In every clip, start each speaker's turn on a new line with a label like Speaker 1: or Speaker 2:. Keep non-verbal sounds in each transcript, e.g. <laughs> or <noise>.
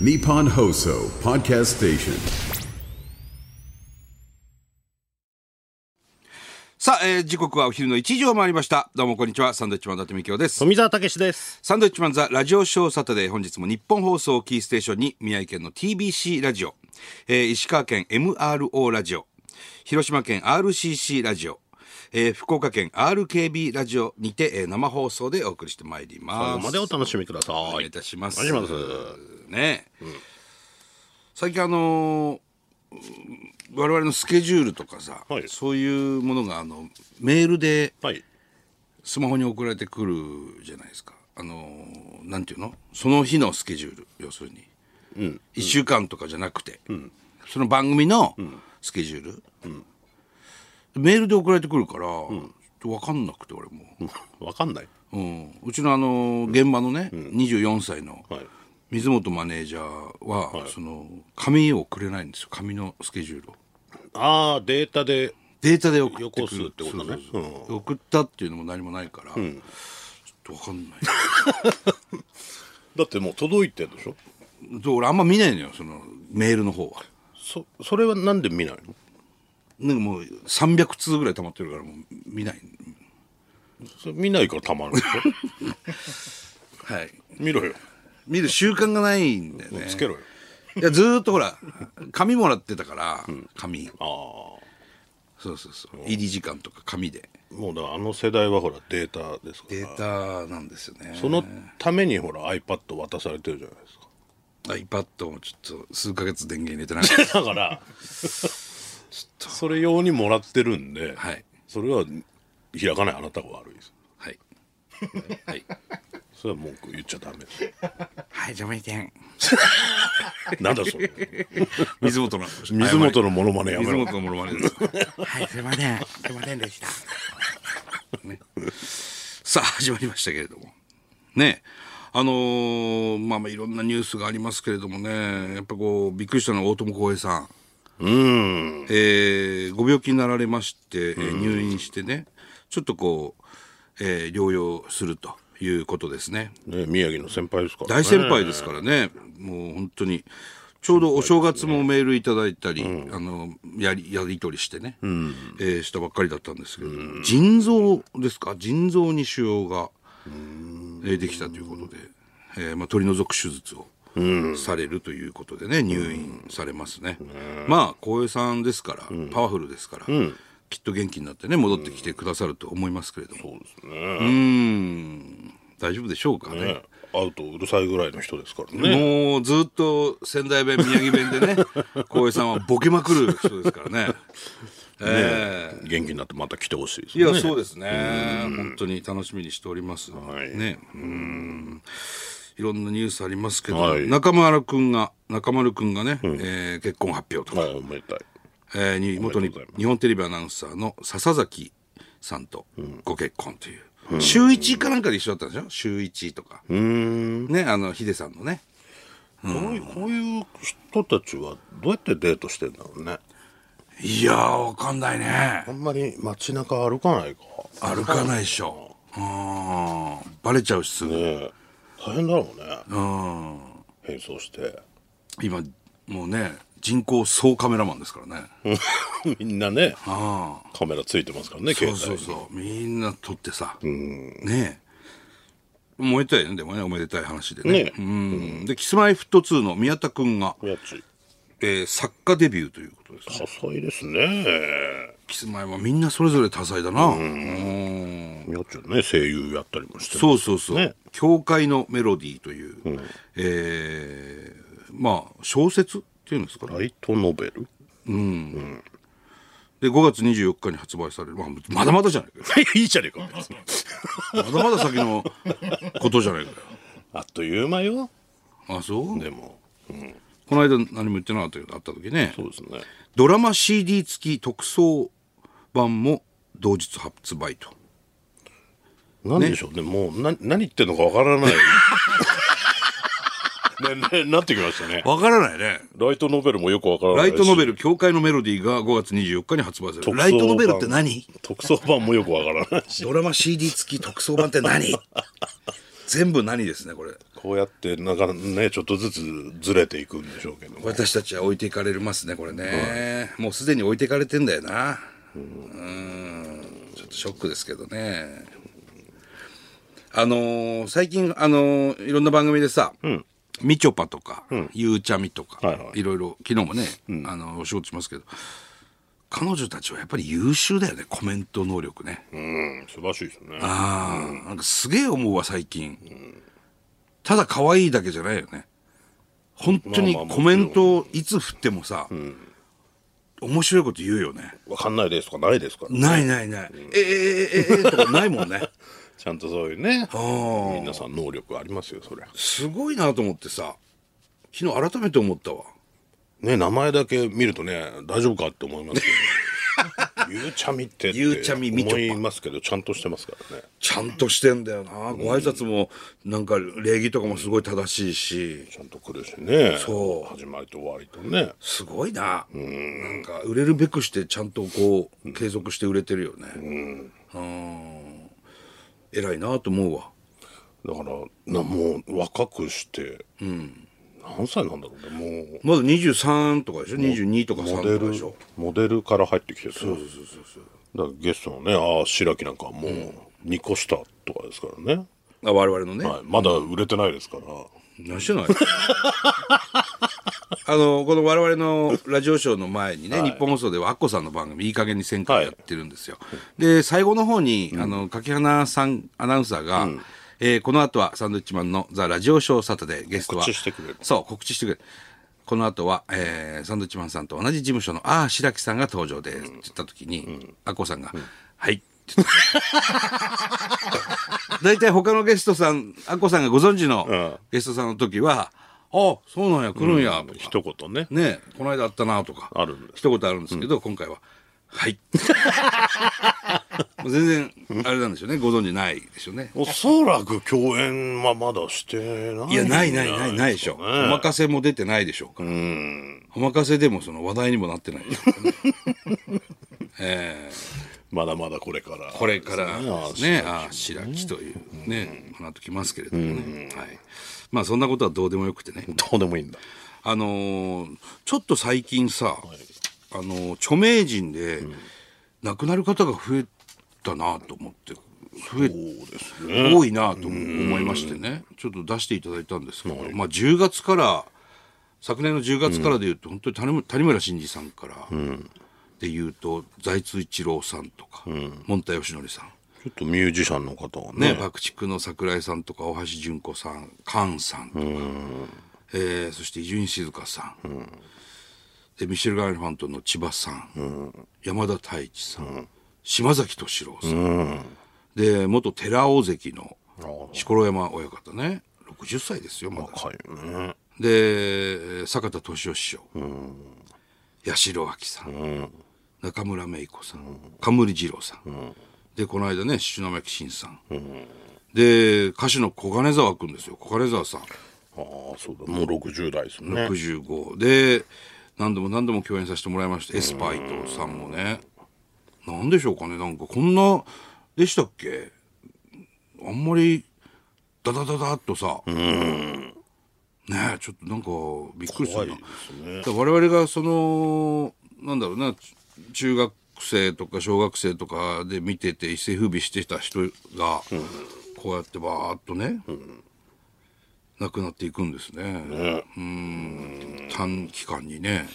Speaker 1: Nippon Hoso Podcast Station.
Speaker 2: さあ、えー時刻はお昼の1時を回りました。どうもこんにちは。サンドイッチマン伊達美京です。
Speaker 3: 富澤たけしです。
Speaker 2: サンドイッチマンザラジオショーサタデー。本日も日本放送をキーステーションに宮城県の TBC ラジオ、えー石川県 MRO ラジオ、広島県 RCC ラジオ、えー福岡県 RKB ラジオにて、えー生放送でお送りしてまいります。
Speaker 3: ここまでお楽しみください。
Speaker 2: お
Speaker 3: お
Speaker 2: 願いいたします。
Speaker 3: 願いします。
Speaker 2: ねえ、最近あのーうん我々のスケジュールとかさ、
Speaker 3: はい
Speaker 2: そういうものがあのメールで
Speaker 3: はい。 <laughs>
Speaker 2: スマホに送られてくるじゃないですかあのーなんていうのその日のスケジュール要するに、1週間とかじゃなくて、その番組のスケジュール、メールで送られてくるから、ちょっと分かんなくて俺も、
Speaker 3: わかんない。
Speaker 2: うんうちのあのー現場のね、24歳の、
Speaker 3: はい。
Speaker 2: 水本マネージャーは、その紙をくれないんですよ紙のスケジュールを
Speaker 3: ああ、データで。
Speaker 2: データで送って
Speaker 3: よこ
Speaker 2: く
Speaker 3: す
Speaker 2: る
Speaker 3: ってことね
Speaker 2: そうそうそう送ったっていうのも何もないから、ちょっと分かんない
Speaker 3: だってもう届いてるでしょ
Speaker 2: で俺あんま見ないのよそのメールの方は
Speaker 3: そ、それはなんで見ない
Speaker 2: な
Speaker 3: の
Speaker 2: んかもう300通ぐらい溜まってるからもう見ない
Speaker 3: それ見ないからたまるでしょ <laughs>
Speaker 2: はい
Speaker 3: 見ろよ。
Speaker 2: 見る習慣がないんだよね
Speaker 3: つけろよ。
Speaker 2: いやずーっとほら紙もらってたから紙
Speaker 3: ああ。
Speaker 2: そうそうそう入り時間とか紙で
Speaker 3: もうだからあの世代はほらデータですか
Speaker 2: デ
Speaker 3: ら。
Speaker 2: ータなんですよね
Speaker 3: そのためにほら iPad 渡されてるじゃないですか。
Speaker 2: iPad もちょっと数ヶ月電源入れてなかった
Speaker 3: だから、 <laughs> それ用にもらってるんで、
Speaker 2: はい
Speaker 3: それは開かないあなたが悪いです。
Speaker 2: はい。はい。
Speaker 3: それは文句言っちゃダメです。
Speaker 2: はい、じゃあ、めいてん。
Speaker 3: なんだそれ。
Speaker 2: 水本の。
Speaker 3: <laughs> 水本のモノマネやめ
Speaker 2: 水
Speaker 3: ろ。
Speaker 2: 本のものまねです。はい、すいません。すいませんでした。ね、さあ、始まりましたけれども。ね。あのーまあまあいろんなニュースがありますけれどもね、やっぱこう、びっくりしたのは大友康平さん。うん。えーご病気になられまして、えー入院してね、ちょっとこう、えー療養するということですね。
Speaker 3: ね、宮城の先輩ですから、ね。
Speaker 2: 大先輩ですからね、もう本当に、ちょうどお正月もメールいただいたり、あのやりやり取りしてね、えーしたばっかりだったんですけど、腎臓ですか、腎臓に腫瘍が、えーできたということで、えーまあ、取り除く手術を。されるということでね入院されますね、まあ浩平さんですから、パワフルですから、きっと元気になってね戻ってきてくださると思いますけれども、
Speaker 3: そうです
Speaker 2: う
Speaker 3: ね。
Speaker 2: ん大丈夫でしょうかね
Speaker 3: ね会うとうるさいぐらいの人ですからね。
Speaker 2: もうずっと仙台弁宮城弁で <laughs> ね浩平さんはボケまくる人ですから <laughs> ね。ええ
Speaker 3: 元気になってまた来てほしいです
Speaker 2: い
Speaker 3: ね。
Speaker 2: や、そうですね。本当に楽しみにしております。
Speaker 3: はい
Speaker 2: ね。うん。いろんなニュースありますけど、
Speaker 3: はい
Speaker 2: 中村くんが、中丸くんがね、えー結婚発表とか、
Speaker 3: はい、おめでたい。
Speaker 2: えーに元に
Speaker 3: おめでとうございます
Speaker 2: 日本テレビアナウンサーの笹崎さんとご結婚という。週一かなんかで一緒だったんでしょ週一とか。ね、あの、ヒデさんのね。
Speaker 3: こういうこういう人たちはどうやってデートしてんだろうね。
Speaker 2: いやー、わかんないね
Speaker 3: あ。んまり街中歩かないか。
Speaker 2: 歩かないでしょ。うん。バレちゃうし、すぐ。
Speaker 3: ねえ大変だろうね。
Speaker 2: うん。
Speaker 3: 変装して。 <laughs>
Speaker 2: 今、もうね、人口総カメラマンですからね。
Speaker 3: みんなね、
Speaker 2: ああ。
Speaker 3: カメラついてますからね、
Speaker 2: そ
Speaker 3: 携
Speaker 2: う
Speaker 3: 帯。
Speaker 2: そうそう。みんな撮ってさ。ねえ。燃えたいね、でもね、おめでたい話でね。
Speaker 3: ね
Speaker 2: う
Speaker 3: え
Speaker 2: ん。で、キスマイフット2の宮田くんが、
Speaker 3: やつ。
Speaker 2: えー作家デビューということです。
Speaker 3: 多彩ですね。
Speaker 2: キスマイはみんなそれぞれ多彩だな。うん
Speaker 3: やつね、声優やったりもして。
Speaker 2: そうそうそう。
Speaker 3: ね
Speaker 2: 教会のメロディーという、えーまあ、小説っていうんですかね。
Speaker 3: ライトノベル <laughs>
Speaker 2: で、5月24日に発売される。まあ、まだまだじゃないか
Speaker 3: いいじゃねえ
Speaker 2: <laughs>
Speaker 3: か。別に
Speaker 2: よ。まだまだ先のことじゃないかよ。
Speaker 3: あっという間よ。
Speaker 2: あ、そう
Speaker 3: でも、
Speaker 2: この間何も言ってなかったけど、あった時ね。
Speaker 3: そうですね。
Speaker 2: ドラマ CD 付き特装版も同日発売と。
Speaker 3: なんでしょうね、もうな何言ってんのかわか
Speaker 2: <laughs>
Speaker 3: らない。ねね、なってきましたね。
Speaker 2: わからないね。
Speaker 3: ライトノベルもよくわからな
Speaker 2: ラ
Speaker 3: いし。
Speaker 2: イトノベル、教会のメロディーが5月24日に発売される。
Speaker 3: 特装
Speaker 2: ラ
Speaker 3: 版
Speaker 2: イトノベルって何
Speaker 3: 特装版もよくわからないし。
Speaker 2: ドラマ CD 付き特装版って何 <laughs> 全部何ですね、これ。
Speaker 3: こうやってなんかねちょっとずつずれていくんでしょうけども
Speaker 2: 私たちは置いていかれますね、これね。もうすでに置いていかれてんだよな。うん。ちょっとショックですけどね。あのー最近、あのーいろんな番組でさ、みちょぱとか、ゆうちゃみとか、
Speaker 3: はい
Speaker 2: い
Speaker 3: は
Speaker 2: ろいろ、昨日もね、あの、お仕事しますけど、彼女たちはやっぱり優秀だよね、コメント能力ね。
Speaker 3: うん素晴らしいですね
Speaker 2: ああ、なんかすげえ思うわ、最近。ただ可愛いだけじゃないよね。本当に
Speaker 3: まあまあ
Speaker 2: コメントをいつ振ってもさ、面白いこと言うよね。
Speaker 3: わかんないですとかないですから
Speaker 2: ないないない。えええええええとかないもんね。
Speaker 3: ちゃんとそういうね
Speaker 2: ああ
Speaker 3: 皆さん能力ありますよそりゃ
Speaker 2: すごいなと思ってさ、昨日改めて思ったわ。
Speaker 3: ね名前だけ見るとね大丈夫かって思いますけ
Speaker 2: <laughs>
Speaker 3: ど、ね、ゆうちゃみってって
Speaker 2: ゆうちゃみみちょぱ
Speaker 3: 思いますけどちゃんとしてますからね
Speaker 2: ちゃんとしてんだよな。ご挨拶も、なんか礼儀とかもすごい正しいし、
Speaker 3: ちゃんと来るしね
Speaker 2: そう
Speaker 3: 始まりと終わりとね
Speaker 2: すごいな。なんか売れるべくしてちゃんとこう、継続して売れてるよね。うん偉いなと思うわ。
Speaker 3: だからなもう若くして、何歳なんだろうねもう
Speaker 2: まだ23とかでしょ ?22 とか
Speaker 3: モ
Speaker 2: 3
Speaker 3: デ
Speaker 2: とかでしょ
Speaker 3: ルモデルから入ってきてるそうそうそうそうだからゲストのねああ白木なんかはもう2個下とかですからね、
Speaker 2: あ我々のね。
Speaker 3: はい、まだ売れてないですから、
Speaker 2: 何してない
Speaker 3: <laughs>
Speaker 2: あの、この我々のラジオショーの前にね、日本放送ではアッコさんの番組、いい加減に1000回やってるんですよ。で、最後の方に、あの、柿花さん、アナウンサーが、えーこの後はサンドウィッチマンのザ・ラジオショーサタデーゲストは、
Speaker 3: 告知してくれる
Speaker 2: そう、告知してくれる。この後は、えーサンドウィッチマンさんと同じ事務所の、ああ、白木さんが登場ですって言った時に、アッコさんが、はい <laughs> って言った。大体他のゲストさん、アッコさんがご存知のゲストさんの時は、あ、そうなんや、来るんや、とか、
Speaker 3: 一言ね
Speaker 2: ねこの間あったな、とか、
Speaker 3: あるんです
Speaker 2: 一言あるんですけど、今回は、はい。 <laughs> もう全然、あれなんでしょうね、ご存知ないでしょうね。
Speaker 3: おそらく共演はまだしてない
Speaker 2: いや、ないないないないでしょ。お任せも出てないでしょうから。お任せでもその話題にもなってないでしょ <laughs> うからねえー
Speaker 3: まだまだこれから
Speaker 2: これから
Speaker 3: ああ
Speaker 2: ですね、ああ、白木というね、この後来ますけれどもね。はい。まあ、そんなことはどうでもよくてね。
Speaker 3: どうでもいいんだ
Speaker 2: あのーちょっと最近さ、あのー著名人で亡くなる方が増えたなと思って増え多いなと思いましてねちょっと出していただいたんですけど、まあ、10月から昨年の10月からでいうと、本当に谷村谷村新司さんから、でいうと財津一郎さんとか、もんたよしのりさん
Speaker 3: ちょっとミュージシャンの方は
Speaker 2: ね、
Speaker 3: ね
Speaker 2: 爆竹の桜井さんとか大橋純子さん菅さんとか、えーそして伊集院静香さん、でミシェル・ガールファントの千葉さん、山田太一さん、島崎敏郎さん、で元寺尾関の錣山親方ね60歳ですよまだ
Speaker 3: 若いよね
Speaker 2: で坂田敏夫師匠、八代亜紀さん、中村芽衣子さん、冠二郎さん、でこの間ね七巻慎さん、で歌手の小金沢君ですよ小金沢さん
Speaker 3: ああそうだもう60代ですね
Speaker 2: 65、で何度も何度も共演させてもらいましたエスパー伊藤さんもね何でしょうかねなんかこんなでしたっけあんまりダダダダっとさ、ねえちょっとなんかびっくりするな、だから我々がそのなんだろうなち中学生とか小学生とかで見てて一世風靡してた人がこうやってバーっとね、亡くなっていくんですねうん短期間にね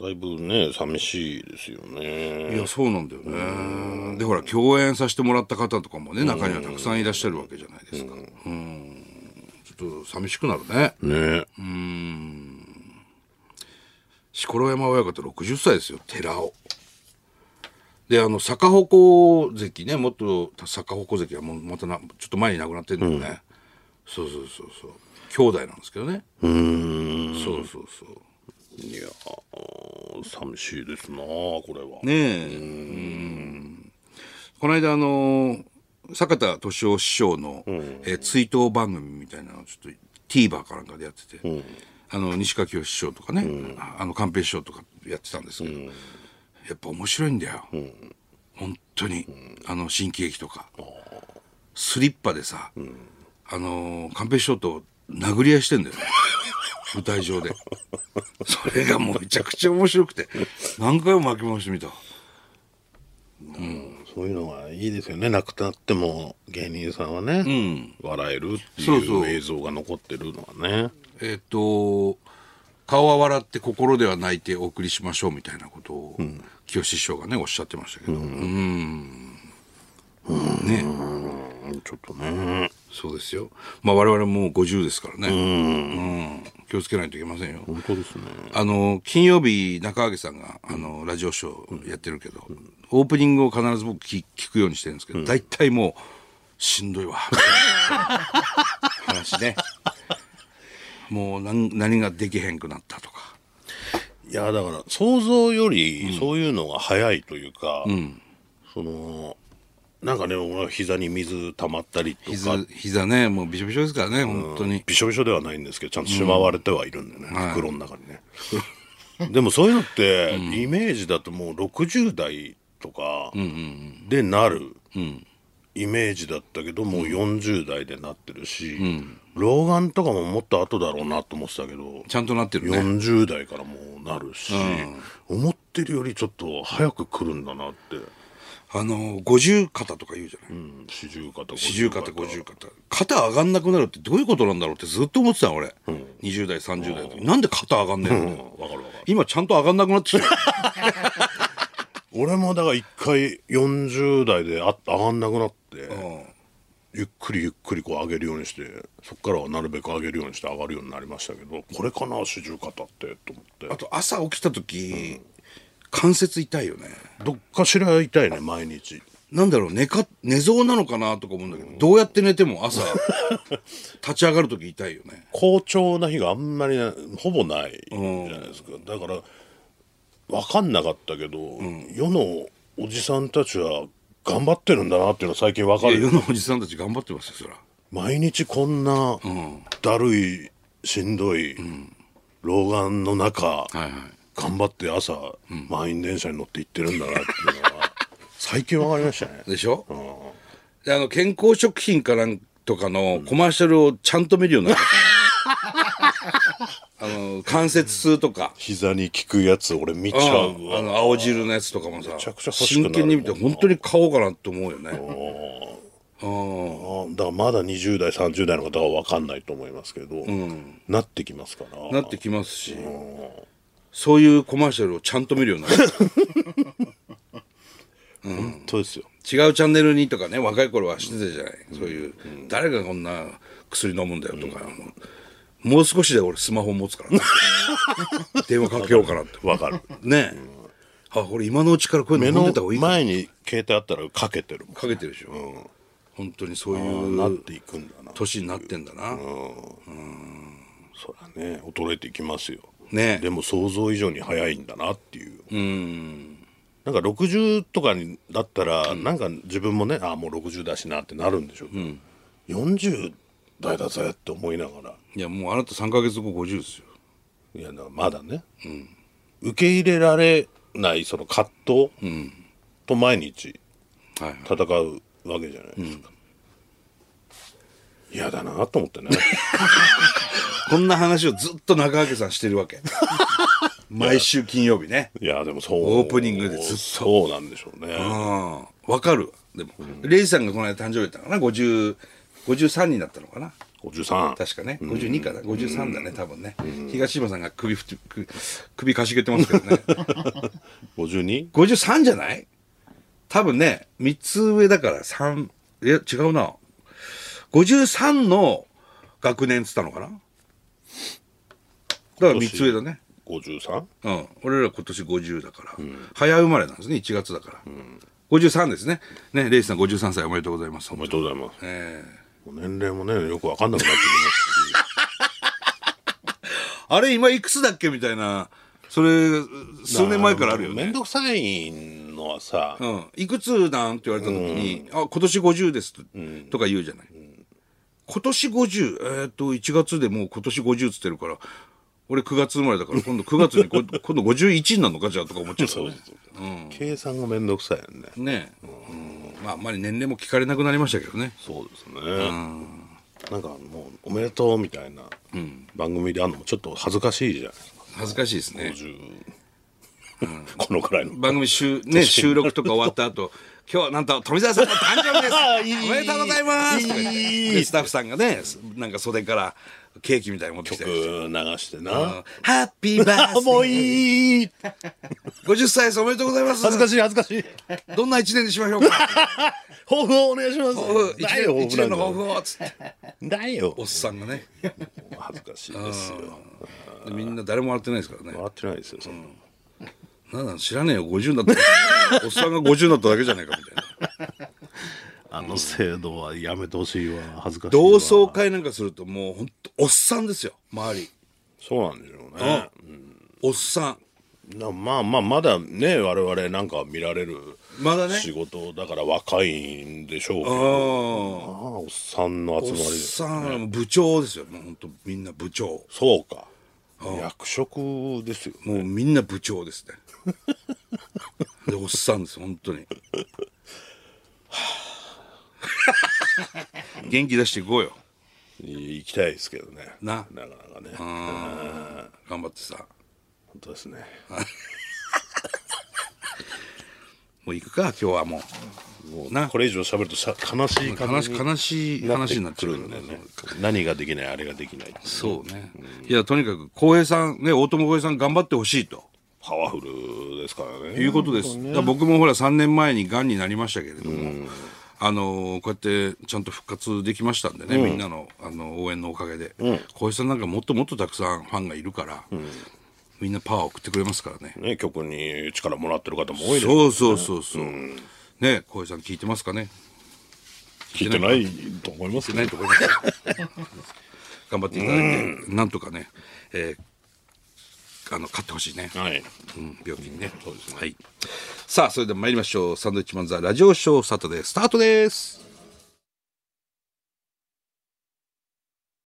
Speaker 3: だいぶね寂しいですよね
Speaker 2: いやそうなんだよねでほら共演させてもらった方とかもね中にはたくさんいらっしゃるわけじゃないですかうんちょっと寂しくなるね
Speaker 3: ね
Speaker 2: 錣山親方60歳ですよ寺尾であの坂鉾関ね元坂鉾関はもうまたなちょっと前に亡くなってるんだよね、そうそうそうそう兄弟なんですけどねうんそうそうそう
Speaker 3: いやー寂しいですなこれは、
Speaker 2: ねえ。うんこの間、あのー坂田敏夫師匠の、えー追悼番組みたいなのをちょっと TVer かなんかでやってて、あの、西川清師匠とかね、あの、寛平師匠とかやってたんですけど、やっぱ面白いんだよ。本当に。あの、新喜劇とか。スリッパでさ、あのー寛平師匠と殴り合いしてんだよね舞台上 <laughs> でそれがもうめちゃくちゃ面白くて何回も巻き戻してみた
Speaker 3: そういうのがいいですよね。なくなっても芸人さんはね、笑えるって
Speaker 2: そうそ
Speaker 3: いうう映像が残ってるのはね。
Speaker 2: えっ、と顔は笑って心では泣いてお送りしましょうみたいなことを、清志師匠がねおっしゃってましたけどうんね
Speaker 3: うんちょっとね。
Speaker 2: そうですよ。まあ我々もう50ですからね。うん気をつけないといけませんよ。
Speaker 3: 本当ですね。
Speaker 2: あの、金曜日、中揚さんが、あの、ラジオショーやってるけど、オープニングを必ず僕聞聞くようにしてるんですけど、大体もう、しんどいわ。 <laughs> みたいな話ね。もう何、何ができへんくなったとか。
Speaker 3: いや、だから、想像より、そういうのが早いというか、その、なんかね、俺は膝に水溜まったりとか
Speaker 2: 膝、、膝ね、もうびしょびしょですからね、本当に。
Speaker 3: びしょびしょではないんですけど、ちゃんとしまわれてはいるんだよね、袋の中にね。 <laughs> でもそういうのって、イメージだともう60代とかでなるイメージだったけど、もう40代でなってるし、老眼とかももっと後だろうなと思ってたけど、
Speaker 2: ちゃんとなってるね。
Speaker 3: 40代からもうなるし、思ってるよりちょっと早く来るんだなって、
Speaker 2: あの、50肩とか言うじゃない。
Speaker 3: うん、40肩
Speaker 2: 四十肩五十肩肩上がんなくなるってどういうことなんだろうってずっと思ってたの俺、20代30代の時なんで肩上がんねえの、
Speaker 3: わかるわかる
Speaker 2: 今ちゃんと上がんなくなってきた
Speaker 3: 俺もだから一回40代であ上がんなくなって、ゆっくりゆっくりこう上げるようにしてそっからはなるべく上げるようにして上がるようになりましたけどこれかな四十肩ってと思って
Speaker 2: あと朝起きた時、関節痛いよね
Speaker 3: どっかしら痛いね毎日
Speaker 2: なんだろう寝か寝相なのかなとか思うんだけど、どうやって寝ても朝立ち上がる時痛いよね
Speaker 3: 好調な日があんまりなほぼないじゃないですか、だから分かんなかったけど、世のおじさんたちは頑張ってるんだなっていうのは最近分か
Speaker 2: いや
Speaker 3: る
Speaker 2: 世
Speaker 3: よ
Speaker 2: のおじさんたち頑張ってますよそら
Speaker 3: 毎日こんなだるいしんどい、老眼の中、
Speaker 2: はいはい
Speaker 3: 頑張って朝、満員電車に乗って行ってるんだなっていうのは <laughs> 最近分かりましたね
Speaker 2: でしょ、であの健康食品かなんとかのコマーシャルをちゃんと見るようになる、
Speaker 3: <laughs>
Speaker 2: あの関節痛とか、
Speaker 3: 膝に効くやつ俺見ち
Speaker 2: うん
Speaker 3: ゃう
Speaker 2: あ
Speaker 3: わ
Speaker 2: の青汁のやつとかもさ
Speaker 3: ちゃくちゃ欲しくな
Speaker 2: 真
Speaker 3: る
Speaker 2: 剣に見て本当に買おうかなって思うよね
Speaker 3: あだからまだ20代30代の方は分かんないと思いますけど、なってきますから
Speaker 2: なってきますしそういうコマーシャルをちゃんと見るように
Speaker 3: <laughs>
Speaker 2: なる
Speaker 3: 本当ですよ
Speaker 2: 違うチャンネルにとかね若い頃はしてたじゃない、そういう、誰がこんな薬飲むんだよとか、もう少しで俺スマホ持つ
Speaker 3: <laughs>
Speaker 2: からね電話かけようかなって
Speaker 3: 分かる
Speaker 2: ねえ、あこれ今のうちからこうい
Speaker 3: 目
Speaker 2: <laughs> うの飲ん
Speaker 3: の
Speaker 2: でた方がいいか
Speaker 3: 前に携帯あったらかけてるもん
Speaker 2: かけてるでしょ、本当にそう
Speaker 3: ああ
Speaker 2: い
Speaker 3: なっ
Speaker 2: う
Speaker 3: ていくんだな
Speaker 2: 年になってんだな、
Speaker 3: そりゃね衰えていきますよ
Speaker 2: ね
Speaker 3: でも想像以上に早いんだなっていうなんか60とかにだったら、なんか自分もねああもう60だしなってなるんでしょうけど、40代だぜって思いながら
Speaker 2: いやもうあなた3か月後50ですよ
Speaker 3: いやだからまだね、受け入れられないその葛藤と毎日
Speaker 2: はいはい
Speaker 3: 戦うわけじゃないですか、嫌だなと思っ
Speaker 2: <laughs>
Speaker 3: てね
Speaker 2: <laughs> こんな話をずっと中明さんしてるわ <laughs> け毎週金曜日ね
Speaker 3: いやでもそう
Speaker 2: オープニングでずっと
Speaker 3: そうなんでしょうね、
Speaker 2: うんわかるでも、レイジさんがこの間誕生日だったのかな50 53になったのかな
Speaker 3: 53
Speaker 2: 確かね52かな53だね多分ね、東島さんが首ふち首首かしげてますけどね
Speaker 3: 52?
Speaker 2: 53じゃない多分ね、3つ上だから3、いや、違うな。53の学年っつったのかなだから3つ上だね。
Speaker 3: 53?
Speaker 2: うん。俺ら今年50だから。早生まれなんですね、1月だから。53ですね。ね、レイスさん53歳おめでとうございます。お
Speaker 3: おめでとうございます、
Speaker 2: え
Speaker 3: もう年齢もねよく分かんなくなってき
Speaker 2: ーあれ、今いくつだっけみたいな、それ、
Speaker 3: ますし
Speaker 2: 数年前からあるよ
Speaker 3: 面
Speaker 2: ね。
Speaker 3: 倒くさいのはさ、
Speaker 2: うん、いくつなんって言われた時に「あ今年50ですと」とか言うじゃない、今年50えーっと1月でもう今年50っつってるから俺9月生まれだから今度9月 <laughs> にこ今度51になるのかじゃあとか思っちゃう
Speaker 3: そうそうそう計算が面倒くさいよね
Speaker 2: ねえ、うんまああんまり年齢も聞かれなくなりましたけどね
Speaker 3: そうですね、なんかもう「おめでとう」みたいな番組であるのもちょっと恥ずかしいじゃないですか
Speaker 2: 恥ずかしいですね
Speaker 3: 50このくらいの
Speaker 2: 番組収,、ね、収録とか終わった後今日はなんと富澤さんの誕生日ですおめでとうご <laughs> ざいますとか言ってでスタッフさんがねなんか袖からケーキみたいに持ってきて
Speaker 3: 流してな
Speaker 2: ハッピーバース <laughs> デ
Speaker 3: あもう
Speaker 2: ー
Speaker 3: いい
Speaker 2: 50歳ですおめでとうございます
Speaker 3: 恥ずかしい恥ずかしい
Speaker 2: どんな一年にしましょうか
Speaker 3: <laughs> 抱負をお願いします
Speaker 2: 一年一年の抱負をつって
Speaker 3: だよ
Speaker 2: おっさんがね
Speaker 3: 恥ずかしいですよ
Speaker 2: でみんな誰も笑ってないですからね
Speaker 3: 笑ってないですよそんな
Speaker 2: なんなん知らねえよ50になったおっさんが50になっただけじゃないかみたいな
Speaker 3: あの制度はやめてほしいわ恥ずかしいわ
Speaker 2: 同窓会なんかするともうほんとおっさんですよ周り
Speaker 3: そうなんでしょうね
Speaker 2: おっさん
Speaker 3: なまあまあまだね我々なんか見られる
Speaker 2: まだね
Speaker 3: 仕事だから若いんでしょうけ
Speaker 2: ああ
Speaker 3: どまあおっさんの集
Speaker 2: お
Speaker 3: ま
Speaker 2: っ
Speaker 3: り
Speaker 2: さん部長ですよもうほんとみんな部長
Speaker 3: そうか役職ですよ
Speaker 2: もうみんな部長ですねでおっさんです本当
Speaker 3: <laughs>
Speaker 2: に元気出していこうよ
Speaker 3: 行きたいですけどね
Speaker 2: な
Speaker 3: なかなかね
Speaker 2: 頑張ってさ
Speaker 3: 本当ですね
Speaker 2: もう行くか今日はも
Speaker 3: もう
Speaker 2: な
Speaker 3: これ以上喋るとしゃ悲しいう感
Speaker 2: 悲
Speaker 3: じ
Speaker 2: し
Speaker 3: に
Speaker 2: 悲しい
Speaker 3: なって
Speaker 2: 話になっ
Speaker 3: く
Speaker 2: ちゃう
Speaker 3: る
Speaker 2: け
Speaker 3: ん
Speaker 2: ど
Speaker 3: だよね
Speaker 2: ね
Speaker 3: 何ができないあれができない
Speaker 2: そうねいやとにかく浩平さんね大友浩平さん頑張ってほしいと
Speaker 3: パワフルですからね
Speaker 2: いうことです、だから僕もほら3年前にがんになりましたけれども、あのーこうやってちゃんと復活できましたんでね、みんなのあの応援のおかげで、小石さんなんかもっともっとたくさんファンがいるから、みんなパワーを送ってくれますからね、
Speaker 3: ね曲に力もらってる方も多いです
Speaker 2: そうそうそうそう、ね小石さん聞いてますかね
Speaker 3: 聞いてないと思います
Speaker 2: ない
Speaker 3: ね
Speaker 2: と思います。 <laughs> 頑張っていただいて、なんとかね、えーあの勝ってほしいね、
Speaker 3: はい
Speaker 2: うん、病気にね,、そうですねはいさあそれでは参りましょうサンドウィッチマンザラジオショースタートですスタートです